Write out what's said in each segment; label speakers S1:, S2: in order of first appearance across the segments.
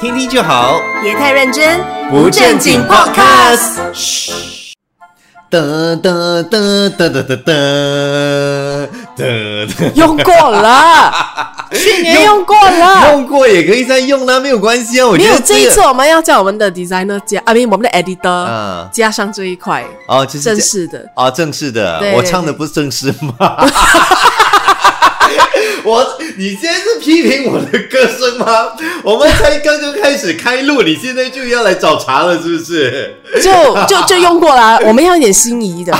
S1: 听听就好，
S2: 别太认真，
S1: 不正经 Podcast。哒哒哒哒哒哒哒哒哒，
S2: 用过 了，去年用过了。
S1: 用过也可以再用啦，没有关系啊。我
S2: 没
S1: 觉
S2: 有
S1: 得
S2: 这一
S1: 个
S2: 次，我们要叫我们的 designer 加，啊，不，我们的 editor、
S1: 啊
S2: 加上这一块
S1: 哦，就是
S2: 正
S1: 这
S2: 式的。
S1: 哦，正式的
S2: 对，
S1: 我
S2: 对
S1: 唱的
S2: 对
S1: 不是正式吗？我，你今天是批评我的歌声吗？我们才刚刚开始开录，你现在就要来找茬了，是不是？
S2: 就就就用 过啦，我们要有点心仪的，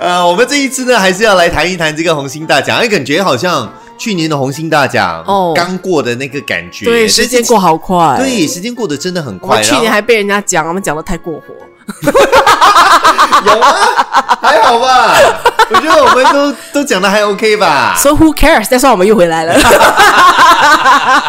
S1: 呃，我们这一次呢，还是要来谈一谈这个红星大奖，哎，感觉好像去年的红星大奖
S2: 哦
S1: 刚过的那个感觉，
S2: 对，
S1: 但
S2: 时
S1: 是
S2: 间过好快。，
S1: 对，时间过得真的很
S2: 我
S1: 快。
S2: 们去年还被人家讲，我们讲的太过火。
S1: 然后有吗？ 还好吧，我觉得我们都都讲的还 OK 吧。
S2: So who cares？但是我们又回来了。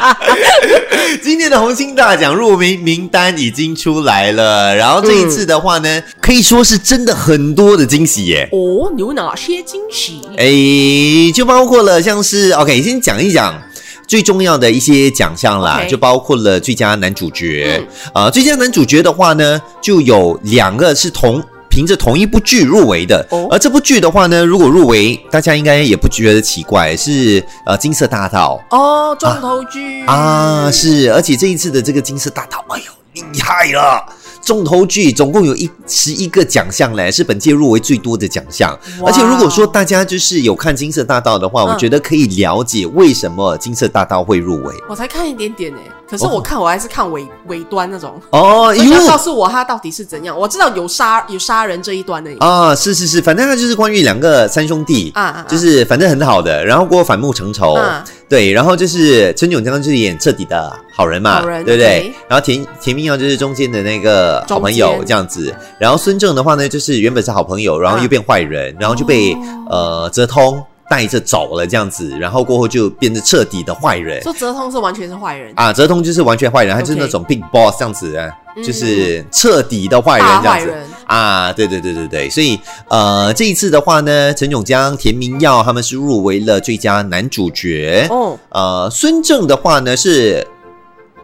S1: 今年的红星大奖入围名单已经出来了，然后这一次的话呢，
S2: 嗯
S1: 可以说是真的很多的惊喜耶。
S2: 哦，有哪些惊喜？
S1: 哎诶，就包括了像是 OK，先讲一讲。最重要的一些奖项啦
S2: OK 嗯
S1: 就包括了最佳男主角啊、呃最佳男主角的话呢，就有两个是同凭着同一部剧入围的。
S2: 哦
S1: 而这部剧的话呢，如果入围，大家应该也不觉得奇怪，是呃《金色大道》。
S2: 哦，重头剧
S1: 啊，是，而且这一次的这个金色大道，哎呦，厉害了！重头剧总共有一十一个奖项嘞，是本届入围最多的奖项。
S2: 哇
S1: 而且如果说大家就是有看《金色大道》的话，我
S2: 嗯
S1: 觉得可以了解为什么《金色大道》会入围。
S2: 我才看一点点哎、可是我看我还是看尾尾端那种。
S1: 哦，
S2: 你
S1: 因
S2: 嗯要
S1: 为
S2: 告诉我他到底是怎样？我知道有杀有杀人这一端而已。
S1: 啊，是是是，反正它就是关于两个三兄弟
S2: 啊啊啊
S1: 就是哦反正很好的，然后过后反目成仇，
S2: 啊
S1: 对，然后就是陈炯江就是演彻底的好人嘛，
S2: 好人
S1: 对不对
S2: OK？
S1: 然后田田明耀就是中间的那个好朋
S2: 中
S1: 友
S2: 间
S1: 这样子，然后孙正的话呢，就是原本是好朋友，然后
S2: 啊
S1: 又变坏人，然后就被、
S2: 哦
S1: 呃泽通带着走了这样子，然后过后就变得彻底的坏人。
S2: 说泽通是完全是坏人，
S1: 啊，泽通就是完全坏人，他就是
S2: OK
S1: 那种 big boss 这样子，啊
S2: 嗯
S1: 就是彻底的坏人
S2: 大
S1: 这样
S2: 坏
S1: 子。
S2: 人。
S1: 啊，对对对对对，所以呃，这一次的话呢，陈炯江、田明耀他们是入围了最佳男主角，
S2: 哦，
S1: 呃，孙正的话呢是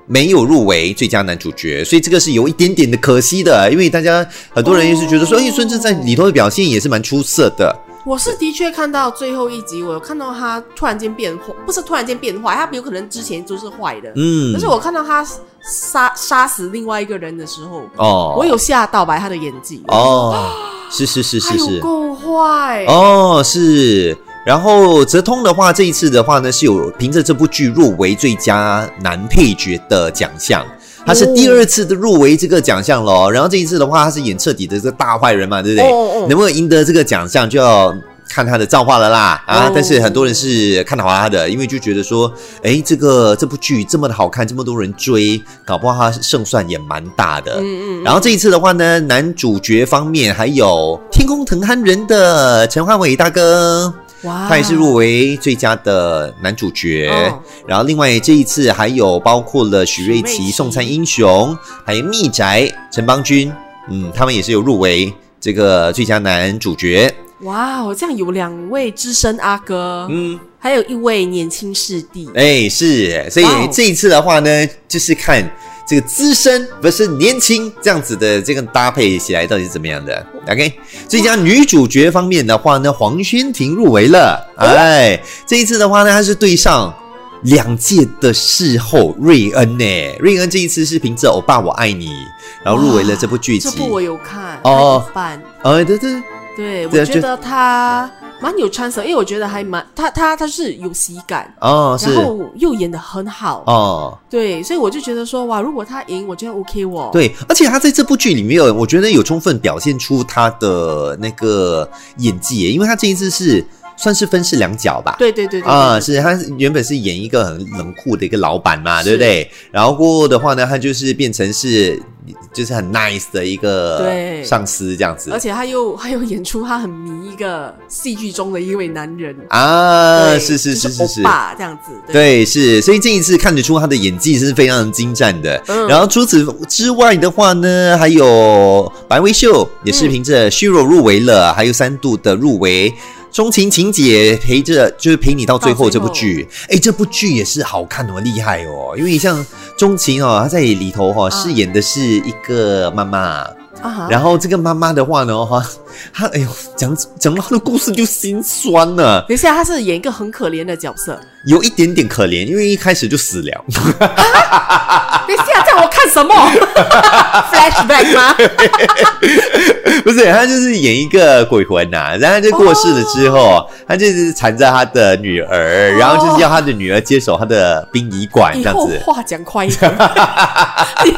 S1: 没有入围最佳男主角，所以这个是有一点点的可惜的，因为大家很多人也是觉得说，
S2: 哦
S1: 哎、孙正在里头的表现也是蛮出色的，
S2: 我是的确看到最后一集，我有看到他突然间变坏，不是突然间变坏，他有可能之前就是坏的。
S1: 嗯，
S2: 可是我看到他杀杀死另外一个人的时候，
S1: 哦，
S2: 我有吓到吧？他的演技，
S1: 哦，是是是
S2: 他
S1: 是
S2: 有
S1: 是，
S2: 够坏。
S1: 哦是。然后泽通的话，这一次的话呢，是有凭着这部剧入围最佳男配角的奖项，他是第二次的入围这个奖项咯。然后这一次的话，他是演彻底的这个大坏人嘛，对不对？
S2: 哦
S1: 能不能赢得这个奖项，就要看他的造化了啦啊！
S2: 哦
S1: 但是很多人是看好他的，因为就觉得说，诶，这个这部剧这么的好看，这么多人追，搞不好他胜算也蛮大的。
S2: 嗯嗯嗯，
S1: 然后这一次的话呢，男主角方面还有《天空藤憨人》的陈焕伟大哥，
S2: 哇，
S1: 他也是入围最佳的男主角。
S2: 啊哦
S1: 然后另外这一次还有包括了许瑞
S2: 许
S1: 琪、
S2: 瑞琪
S1: 宋灿英雄，还有密宅陈邦君，嗯，他们也是有入围这个最佳男主角。
S2: 哇哦，这样有两位资深阿哥，
S1: 嗯，
S2: 还有一位年轻师弟，
S1: 哎，是，所以
S2: 哇哦
S1: 这一次的话呢，就是看。这个资深不是年轻这样子的这个搭配起来到底是怎么样的？OK，最佳女主角方面的话呢，黄轩婷入围了。
S2: 哦
S1: 哎，这一次的话呢，她是对上两届的事后瑞恩呢。瑞恩这一次是凭着《欧巴我爱你》，然后入围了这部剧集
S2: 这。部我有看，
S1: 哦
S2: 哦，半，
S1: 呃，对对，
S2: 对，
S1: 对
S2: 我觉得他蛮有 chance，的因为我觉得还蛮他他他是有喜感，
S1: 哦是
S2: 然后又演的很好，
S1: 哦，
S2: 对，所以我就觉得说哇，如果他赢，我觉得 OK 哦，，
S1: 对，而且他在这部剧里面，我觉得有充分表现出他的那个演技耶，因为他这一次是算是分饰两角吧。
S2: 对对对对
S1: 啊、
S2: 对
S1: 是他原本是演一个很冷酷的一个老板嘛，
S2: 是
S1: 对不对？然后过后的话呢，他就是变成是就是很 nice 的一个
S2: 对
S1: 上司这样子
S2: 而且他又他又演出他很迷一个戏剧中的一位男人，
S1: 啊，
S2: 对
S1: 是是
S2: 就是
S1: 是是
S2: 欧，巴这样子，对，
S1: 对，是，所以这一次看得出他的演技是非常精湛的。
S2: 嗯
S1: 然后除此之外的话呢，还有白维秀也是凭着虚弱入围了，还有三度的入围。钟情情姐陪着，就是陪你到最后
S2: 到
S1: 这
S2: 最
S1: 部
S2: 后
S1: 剧，哎，这部剧也是好看哦，厉害哦。因为像钟情哦，她在里头哈、哦、饰演的是一个妈妈，
S2: 啊哈，
S1: 然后这个妈妈的话呢哈， 她哎呦讲讲到她的故事就心酸了，
S2: 等一下，他是演一个很可怜的角色。
S1: 有一点点可怜，因为一开始就死了。
S2: 等一下，叫我看什么？Flashback 吗？
S1: 不是，他就是演一个鬼魂呐、然后他就过世了之后，他就是缠着他的女儿，
S2: 哦
S1: 然后就是要他的女儿接手他的殡仪馆这
S2: 以
S1: 样
S2: 后
S1: 子。
S2: 话讲快一点。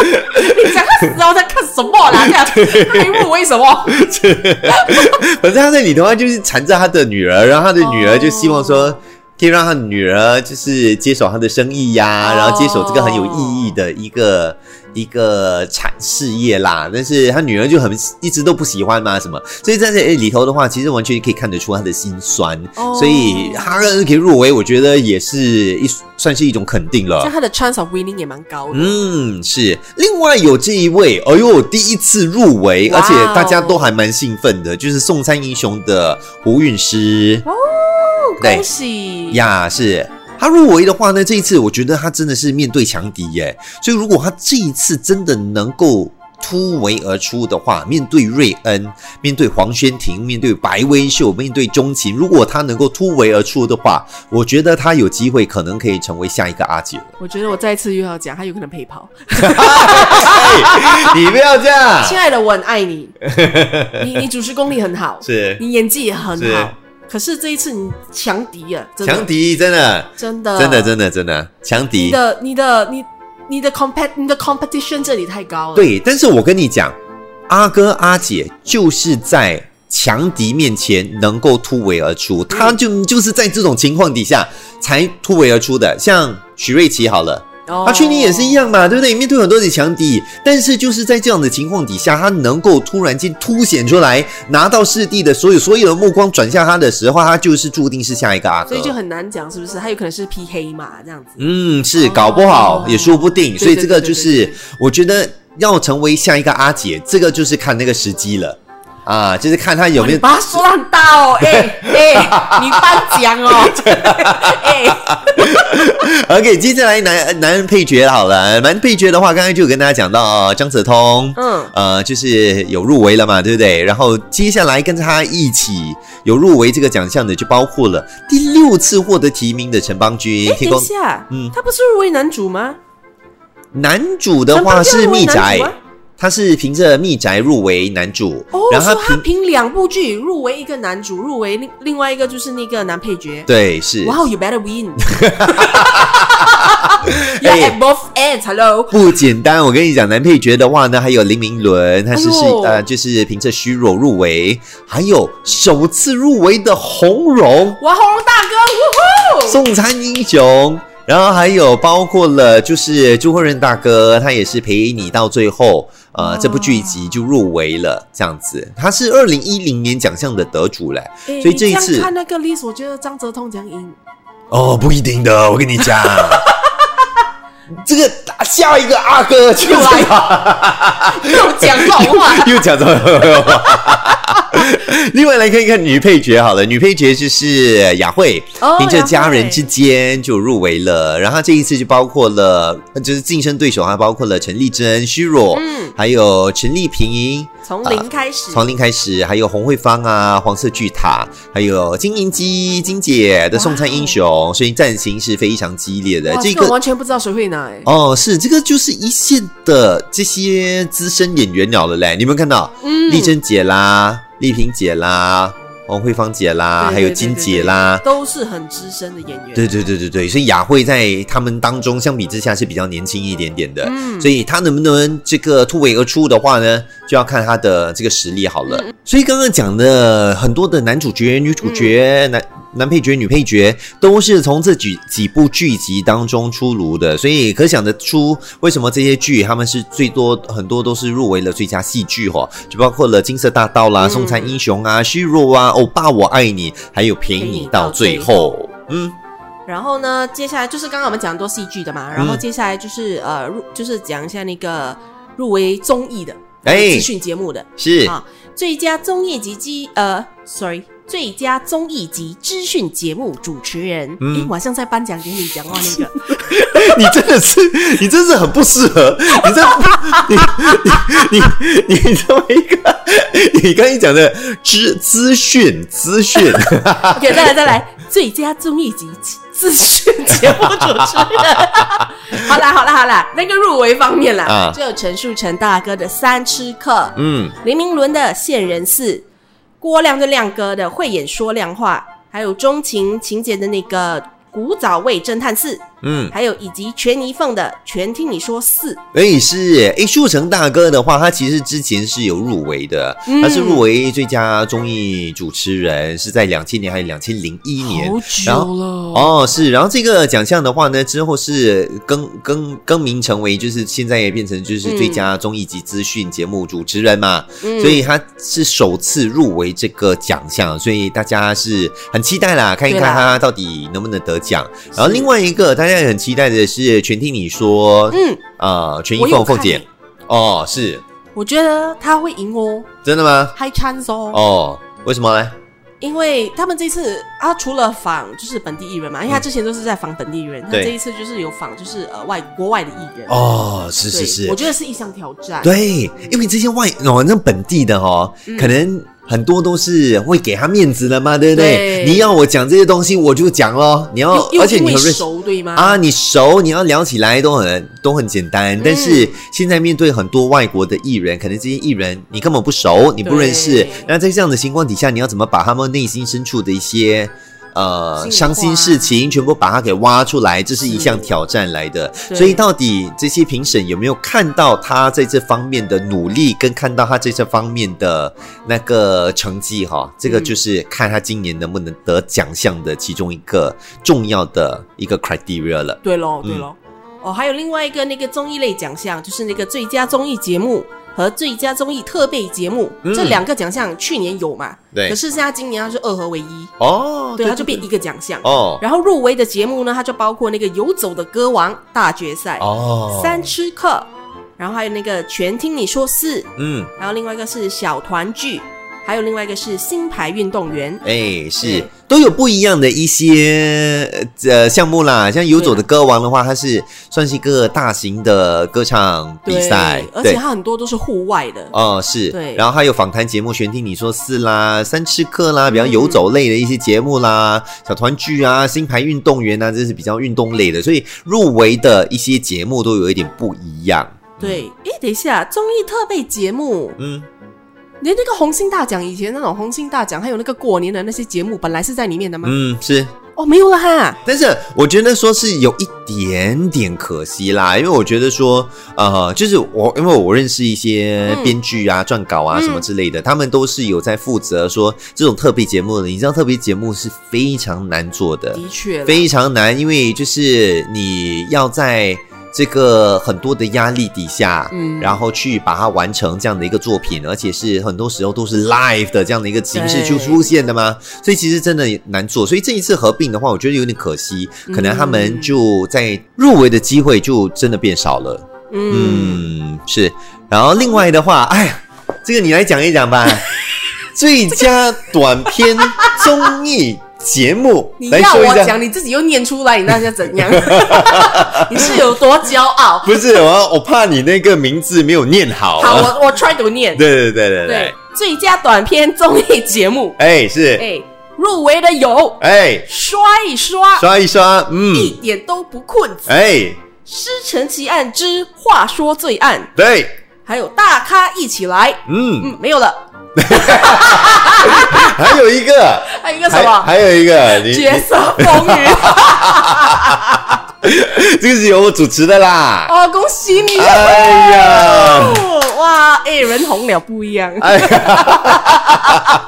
S2: 你讲他死后在看什么啦？这样还问为什么？
S1: 反正他在里头，他就是缠着他的女儿，然后他的女儿就希望说。
S2: 哦
S1: 可以让他的女儿就是接手他的生意呀、
S2: 哦
S1: 然后接手这个很有意义的一个一个产事业啦。但是他女儿就很一直都不喜欢嘛，什么，所以在这里头的话，其实完全可以看得出他的心酸。
S2: 哦
S1: 所以他可以入围，我觉得也是一算是一种肯定了
S2: 像。他的 chance of winning 也蛮高的。
S1: 嗯，是。另外有这一位，哎呦，第一次入围，而
S2: 哇哦
S1: 且大家都还蛮兴奋的，就是《送餐英雄》的胡韵诗对
S2: 哦恭喜！
S1: 呀，是。他入围的话呢，这一次我觉得他真的是面对强敌耶，所以如果他这一次真的能够突围而出的话，面对瑞恩，面对黄轩庭，面对白薇秀，面对钟情，如果他能够突围而出的话，我觉得他有机会可能可以成为下一个阿 九。
S2: 我觉得我再次又要讲，他有可能陪跑。
S1: 哎你不要这样，
S2: 亲爱的，我很爱 你，你你主持功力很好，
S1: 是
S2: 你演技也很
S1: 是
S2: 好，可是这一次你强敌啊，真的
S1: 强敌，真的，
S2: 真的
S1: 真的，真的，真的强
S2: 你
S1: 敌。
S2: 的你的你你的 compet 你的 competition 这里太高了，，
S1: 对，但是我跟你讲，阿哥阿姐就是在强敌面前能够突围而出，
S2: 嗯
S1: 他就就是在这种情况底下才突围而出的。像许瑞琪好了，
S2: 哦
S1: 他去年也是一样嘛，对不对？面对很多的强敌，但是就是在这样的情况底下，他能够突然间凸显出来，拿到视帝的所有所有的目光转向他的时候，他就是注定是下一个阿哥。
S2: 所以就很难讲是不是？他有可能是 P 黑嘛这样子。
S1: 嗯，是
S2: 哦
S1: 搞不好、也说不定，
S2: 对
S1: 所以这个
S2: 对对
S1: 就
S2: 对
S1: 是我觉得要成为下一个阿姐，这个就是看那个时机了啊，就是看她有
S2: 哇
S1: 没
S2: 你
S1: 有。
S2: 把他说的很 大哦，哎、哎、你颁奖哦，哎、
S1: OK，接下来男男人配角好了，男配角的话，刚才就有跟大家讲到啊张泽通，
S2: 嗯，
S1: 呃，就是有入围了嘛，对不对？然后接下来跟他一起有入围这个奖项的，就包括了第六次获得提名的陈邦君，
S2: 哎、
S1: 提
S2: 等一
S1: 供
S2: 下，
S1: 嗯
S2: 他不是入围男主吗？
S1: 男主的话
S2: 陈邦君
S1: 是
S2: 入围
S1: 密
S2: 男
S1: 宅
S2: 主啊。
S1: 他是凭着《密宅》入围男主，
S2: 哦，
S1: 然后
S2: 说
S1: 他
S2: 他
S1: 凭
S2: 凭两部剧入围一个男主，入围另另外一个就是那个男配角。
S1: 对，是
S2: 哇、wow,，You 哦 better win！You're at both ends, hello。
S1: 不简单。我跟你讲，男配角的话呢，还有林明伦，他是是、
S2: 哎呦
S1: 呃，就是凭着虚弱入围，还有首次入围的红荣
S2: 哇，红龙大哥，呜呼！
S1: 送餐英雄。然后还有包括了，就是朱慧仁大哥，他也是陪你到最后，呃，
S2: 哇
S1: 这部剧集就入围了，这样子。他是二零一零年奖项的得主嘞，
S2: 哎
S1: 所以这一
S2: 你样
S1: 次
S2: 看那个 list，我觉得张泽通将赢。
S1: 哦，不一定的，我跟你 讲，这个下一个阿哥就
S2: 又
S1: 来
S2: 来又讲这种话，
S1: 又讲错了。 另外来看一看女配角好了，女配角就是雅慧，
S2: 哦
S1: 凭着《
S2: 雅
S1: 家
S2: 慧
S1: 人之间》就入围了。然后她这一次就包括了，就是竞争对手还包括了陈丽珍、虚弱，
S2: 嗯
S1: 还有陈丽萍。
S2: 从零开始。
S1: 啊从零开始，还有红慧芳啊，黄色巨塔，还有金银姬金姐的送餐英雄，所以战情是非常激烈的。
S2: 哇
S1: 呃这
S2: 这
S1: 个
S2: 我完全不知道谁会拿哎、
S1: 哦，是这个就是一线的这些资深演员了了嘞，你有没有看到？
S2: 嗯
S1: 丽珍姐啦、丽萍姐啦、王慧芳姐啦，
S2: 对
S1: 还有金姐啦。
S2: 都是很资深的演员。
S1: 啊对对对对对，所以雅慧在他们当中相比之下是比较年轻一点点的，
S2: 嗯
S1: 所以她能不能这个突围而出的话呢，就要看她的这个实力好了。
S2: 嗯
S1: 所以刚刚讲的很多的男主角、女主角、
S2: 嗯
S1: 男男配角、女配角都是从这几几部剧集当中出炉的，所以可想得出为什么这些剧他们是最多很多都是入围了最佳戏剧哦，就包括了《金色大道》啦、
S2: 嗯
S1: 送餐英雄》啊、《虚弱》啊、《欧巴我爱你》，还有《陪
S2: 陪
S1: 你
S2: 你
S1: 到
S2: 到
S1: 最
S2: 最
S1: 后》。嗯，
S2: 然后呢，接下来就是刚刚我们讲很多戏剧的嘛，然后接下来就是、呃入就是讲一下那个入围综艺的，呃
S1: 哎
S2: 资讯节目的
S1: 是
S2: 啊，最佳综艺及剧呃，sorry，最佳综艺及资讯节目主持人。
S1: 嗯
S2: 嗯，我好像在颁奖典礼讲话那 个，
S1: 你真的是，你真是很不适合，你这，你你你你这么一个，你刚才讲的资资讯资讯，
S2: OK，再来再来，最佳综艺及资讯节目主持 人。好啦好啦好啦，那个入围方面啦，
S1: 啊
S2: 就有陈树成大哥的《三吃客》，
S1: 嗯，
S2: 林明伦的《线人四》，郭亮跟亮哥的《慧眼说亮话》，还有钟情情节的那个《古早味侦探四》，
S1: 嗯，
S2: 还有以及全一凤的《全听你说四》。
S1: 哎是耶，哎树成大哥的话，他其实之前是有入围的，
S2: 嗯
S1: 他是入围最佳综艺主持人，是在两千年还是两千零一年，然后
S2: 了，
S1: 哦，是，然后这个奖项的话呢，之后是更更更名成为，就是现在也变成就是最佳综艺及资讯节目主持人嘛，
S2: 嗯
S1: 所以他是首次入围这个奖项，所以大家是很期待啦，看一
S2: 对
S1: 看
S2: 啦
S1: 他到底能不能得奖。然后另外一个大家也很期待的是《全听你说》，
S2: 嗯，
S1: 呃，全一
S2: 我有
S1: 凤凤
S2: 看
S1: 姐
S2: 欸，
S1: 哦，是
S2: 我觉得他会赢哦
S1: 真的吗？
S2: ，high chance 哦。
S1: 哦，为什么呢？
S2: 因为他们这次啊，除了访就是本地艺人嘛，因为他之前都是在访本地艺人，他
S1: 嗯对
S2: 这一次就是有访就是呃外国外的艺人。
S1: 哦，是
S2: 对，
S1: 是是，
S2: 我觉得是一项挑战。，
S1: 对，因为这些外哦，那本地的哦，
S2: 嗯
S1: 可能很多都是会给他面子的嘛，对不对？
S2: 对
S1: 你要我讲这些东西，我就讲咯。你要
S2: 又，又
S1: 而且
S2: 因
S1: 你
S2: 为
S1: 很认识
S2: 熟对吗？
S1: 啊，，你熟，你要聊起来都很都很简单。但
S2: 嗯
S1: 是现在面对很多外国的艺人，可能这些艺人你根本不熟，你不认识
S2: 对。
S1: 那在这样的情况底下，你要怎么把他们内心深处的一些？呃，
S2: 心里话
S1: 伤心事情全部把它给挖出来，这是一项
S2: 是
S1: 挑战来的。
S2: 对
S1: 所以到底这些评审有没有看到他在这方面的努力，跟看到他在这方面的那个成绩哈？这个
S2: 嗯
S1: 就是看他今年能不能得奖项的其中一个重要的一个 criteria 了。
S2: 对喽，
S1: 嗯
S2: 对喽。哦，还有另外一个那个综艺类奖项，就是那个最佳综艺节目和最佳综艺特备节目、
S1: 嗯
S2: 这两个奖项，去年有嘛？
S1: 对
S2: 可是现在今年它是二合为一，
S1: 哦，
S2: 对，它就变一个奖项。
S1: 哦
S2: 然后入围的节目呢，它就包括那个《游走的歌王》大决赛，
S1: 哦
S2: 三吃客，然后还有那个全听你说四，
S1: 嗯。
S2: 然后另外一个是小团聚，还有另外一个是新牌运动员。
S1: 哎，是
S2: 对
S1: 都有不一样的一些呃项目啦，像
S2: 啊
S1: 游走的歌王的话，它是算是一个大型的歌唱比赛，
S2: 而
S1: 对
S2: 且它很多都是户外的。
S1: 哦，是，
S2: 对
S1: 然后还有访谈节目《全听你说四》啦，《三吃客》
S2: 嗯
S1: 啦，比较游走类的一些节目啦，小团聚啊，新牌运动员啊，这是比较运动类的，所以入围的一些节目都有一点不一样。
S2: 对，哎，等一下，综艺特备节目，
S1: 嗯，
S2: 连那个红星大奖以前那种红星大奖，还有那个过年的那些节目，本来是在里面的吗？
S1: 嗯，是，
S2: 哦，没有了哈。
S1: 但是我觉得说是有一点点可惜啦，因为我觉得说，呃，就是我因为我认识一些
S2: 嗯
S1: 编剧啊、撰稿啊
S2: 嗯
S1: 什么之类的，他们都是有在负责说这种特别节目的。你知道特别节目是非常难做的，
S2: 的确啦，
S1: 非常难，因为就是你要在这个很多的压力底下，
S2: 嗯
S1: 然后去把它完成这样的一个作品，而且是很多时候都是 live 的这样的一个形式
S2: 对
S1: 就出现的嘛，所以其实真的也难做。所以这一次合并的话，我觉得有点可惜，可能他们
S2: 嗯
S1: 就在入围的机会就真的变少了。
S2: 嗯，
S1: 嗯，是。然后另外的话，哎呀，这个你来讲一讲 吧。最佳短片综艺节目，
S2: 你
S1: 来
S2: 要
S1: 说一
S2: 我
S1: 下。
S2: 讲，你自己又念出来，你那是 怎样？你是有多骄傲？
S1: 不是，我要我怕你那个名字没有念好
S2: 好，
S1: 啊。
S2: 我我 try to 念。
S1: 对对对对
S2: 对
S1: 对，，
S2: 最佳短片综艺节目，
S1: 哎是，
S2: 哎，入围的有
S1: 哎
S2: 刷一刷，
S1: 刷一刷，
S2: 一
S1: 嗯，
S2: 点都不困，《
S1: 哎
S2: 师承奇案之话说罪案》，
S1: 对，
S2: 还有大咖一起来，
S1: 嗯，
S2: 嗯，没有了，
S1: 还有一个，
S2: 还有一个什
S1: 还
S2: 么？
S1: 还有一个， 你
S2: 角色风 云
S1: 你这个是由我主持的 啦。
S2: 哦，恭喜你！
S1: 哎呀，
S2: 哦哇，哎，人红了不一样，
S1: 哎呀，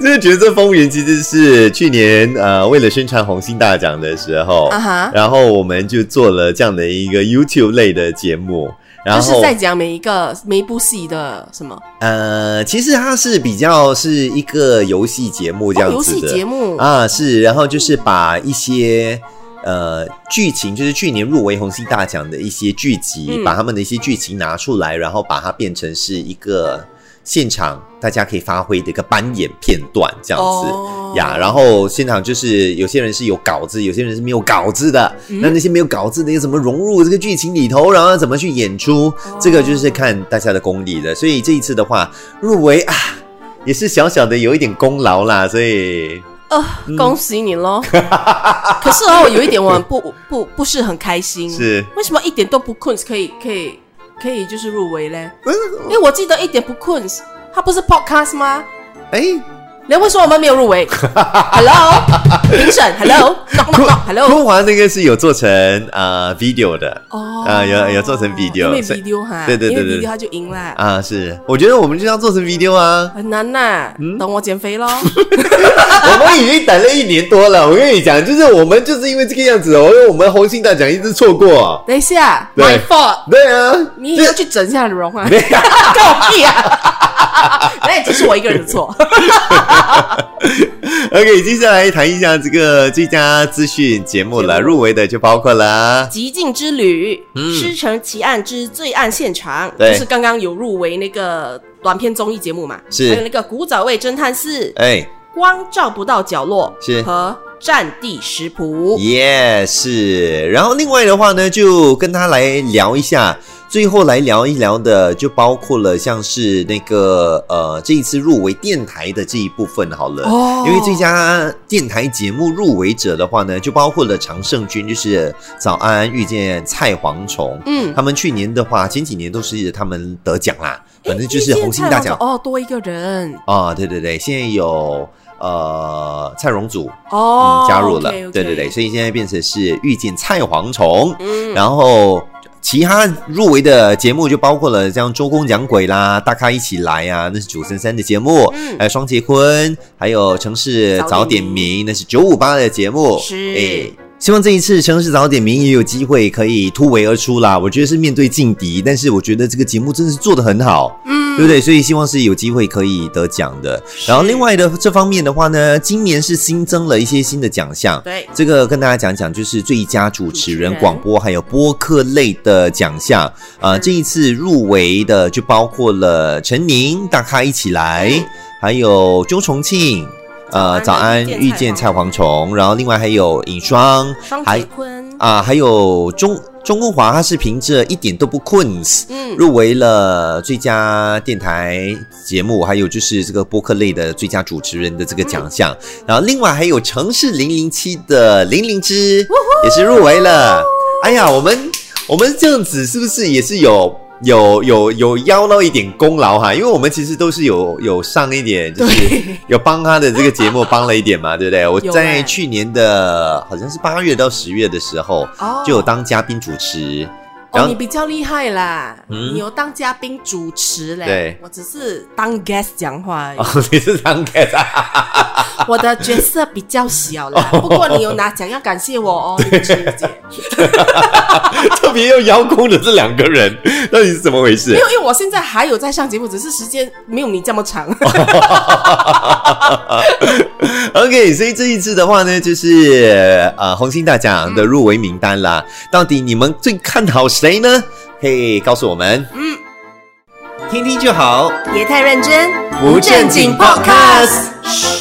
S1: 这个角色风云其实是去年呃，为了宣传红星大奖的时候，
S2: 啊哈
S1: 然后我们就做了这样的一个 YouTube 类的节目，然
S2: 就
S1: 后
S2: 是在讲每一个每一部戏的什么
S1: 呃，其实它是比较是一个游戏节目这
S2: 哦
S1: 样
S2: 游
S1: 子
S2: 戏
S1: 的、
S2: 节目，
S1: 啊，是，然后就是把一些。呃，剧情就是去年入围红星大奖的一些剧集，
S2: 嗯
S1: 把他们的一些剧情拿出来，然后把它变成是一个现场大家可以发挥的一个扮演片段这样子。
S2: 哦
S1: 呀，然后现场就是有些人是有稿子，有些人是没有稿子的。那那些没有稿子的，又怎么融入这个剧情里头，然后怎么去演出，这个就是看大家的功力了。所以这一次的话，入围 啊，也是小小的有一点功劳啦。所以
S2: 呃，
S1: 嗯
S2: 恭喜 你喽！可是哦，有一点我很不不不是很开心，
S1: 是
S2: 为什么一点都不困可以可以可以就是入围嘞？因为我记得一点不困，它不是 podcast 吗？
S1: 哎，
S2: 你会说我们没有 入围？Hello，评审，Hello，no no
S1: 昆
S2: no，Hello，
S1: 昆华那个是有做成啊、呃 video 的
S2: 哦
S1: 啊有有做成 video，
S2: 因为
S1: 所以
S2: video 哈，
S1: 对对对
S2: 因为
S1: 对
S2: video 他就赢了，
S1: 啊，是我觉得我们就要做成 video 啊，
S2: 很难呐，等我减肥喽。
S1: 我们已经等了一年多了。我跟你讲，就是我们就是因为这个样子哦，因为我们红星大奖一直错过。
S2: 等一下
S1: 对
S2: ，My fault，
S1: 对啊，
S2: 你
S1: 就
S2: 也要去整一下容啊，
S1: 没 有
S2: 告屁啊！ 那只是我一个人的错。
S1: OK，接下来谈一下这个最佳资讯节目了，
S2: 节目
S1: 入围的就包括了，啊
S2: 极境之旅、
S1: 嗯
S2: 师承奇案之罪案现场，就
S1: 对
S2: 是刚刚有入围那个短片综艺节目嘛，
S1: 是
S2: 还有那个古早味侦探四、
S1: 哎，
S2: 光照不到角落
S1: 是
S2: 和战地食谱。
S1: 耶、是。然后另外的话呢，就跟他来聊一下，最后来聊一聊的就包括了像是那个呃，这一次入围电台的这一部分好了。
S2: 哦
S1: 因为最佳电台节目入围者的话呢，就包括了常胜军，就是《早安遇见菜蝗虫》。
S2: 嗯，
S1: 他们去年的话，前几年都是他们得奖啦，反正就是
S2: 诶
S1: 红星大奖
S2: 遇见蔡王总哦，多一个人
S1: 啊、对对对，现在有呃蔡荣祖
S2: 哦
S1: 嗯、加入了
S2: OK，OK
S1: 对对对，所以现在变成是遇见蔡蝗虫，
S2: 嗯，
S1: 然后。其他入围的节目就包括了像周公讲鬼啦、大咖一起来啊，那是九三三的节目，
S2: 嗯
S1: 还有双节坤，还有城市
S2: 早
S1: 早点
S2: 点名
S1: 名，那是九五八的节目。哎
S2: 是
S1: 希望这一次城市早点名也有机会可以突围而出啦。我觉得是面对劲敌，但是我觉得这个节目真的是做得很好。
S2: 嗯，
S1: 对不对？所以希望是有机会可以得奖的。然后另外的这方面的话呢，今年是新增了一些新的奖项。
S2: 对
S1: 这个跟大家讲讲，就是最佳主持人
S2: 主持人
S1: 广播还有播客类的奖项啊、呃
S2: 嗯
S1: 这一次入围的就包括了陈宁、大咖一起来，
S2: 嗯
S1: 还有周重庆，呃，
S2: 早
S1: 早
S2: 安
S1: 安
S2: 遇
S1: 遇
S2: 见
S1: 见
S2: 蔡
S1: 蔡蝗虫，然后另外还有尹双，
S2: 双
S1: 还
S2: 节坤，
S1: 啊，还有钟钟公华，他是凭着一点都不困
S2: 嗯，
S1: 入围了最佳电台节目，还有就是这个播客类的最佳主持人的这个奖项，然后另外还有城市零零七的零零之也是入围了。哎呀，我们我们这样子是不是也是有？有有有邀到一点功劳哈，因为我们其实都是有有上一点，就是
S2: 对
S1: 有帮他的这个节目帮了一点嘛，对 不对？我
S2: 有欸
S1: 在去年的好像是八月到十月的时候，
S2: 哦
S1: 就有当嘉宾主持，然
S2: 哦，
S1: 后
S2: 你比较厉害啦，
S1: 嗯
S2: 你有当嘉宾主持嘞，
S1: 对
S2: 我只是 当 guest 讲话而已。
S1: 哦，你是张凯啊？
S2: 我的角色比较小啦，
S1: 哦
S2: 不过你有拿奖要感谢我哦，林志玲姐。
S1: 特别要邀功的这两个人， 到底是怎么回
S2: 因
S1: 事？
S2: 为因为我现在还有在上节目，只是时间没有你这么长。
S1: 哦 OK，所以这一次的话呢，就是呃红星大奖的入围名单啦。到底你们最看好谁呢？可以告诉我们。
S2: 嗯，
S1: 听听就好，
S2: 别太认真，
S1: 不正经 podcast。
S2: 嘘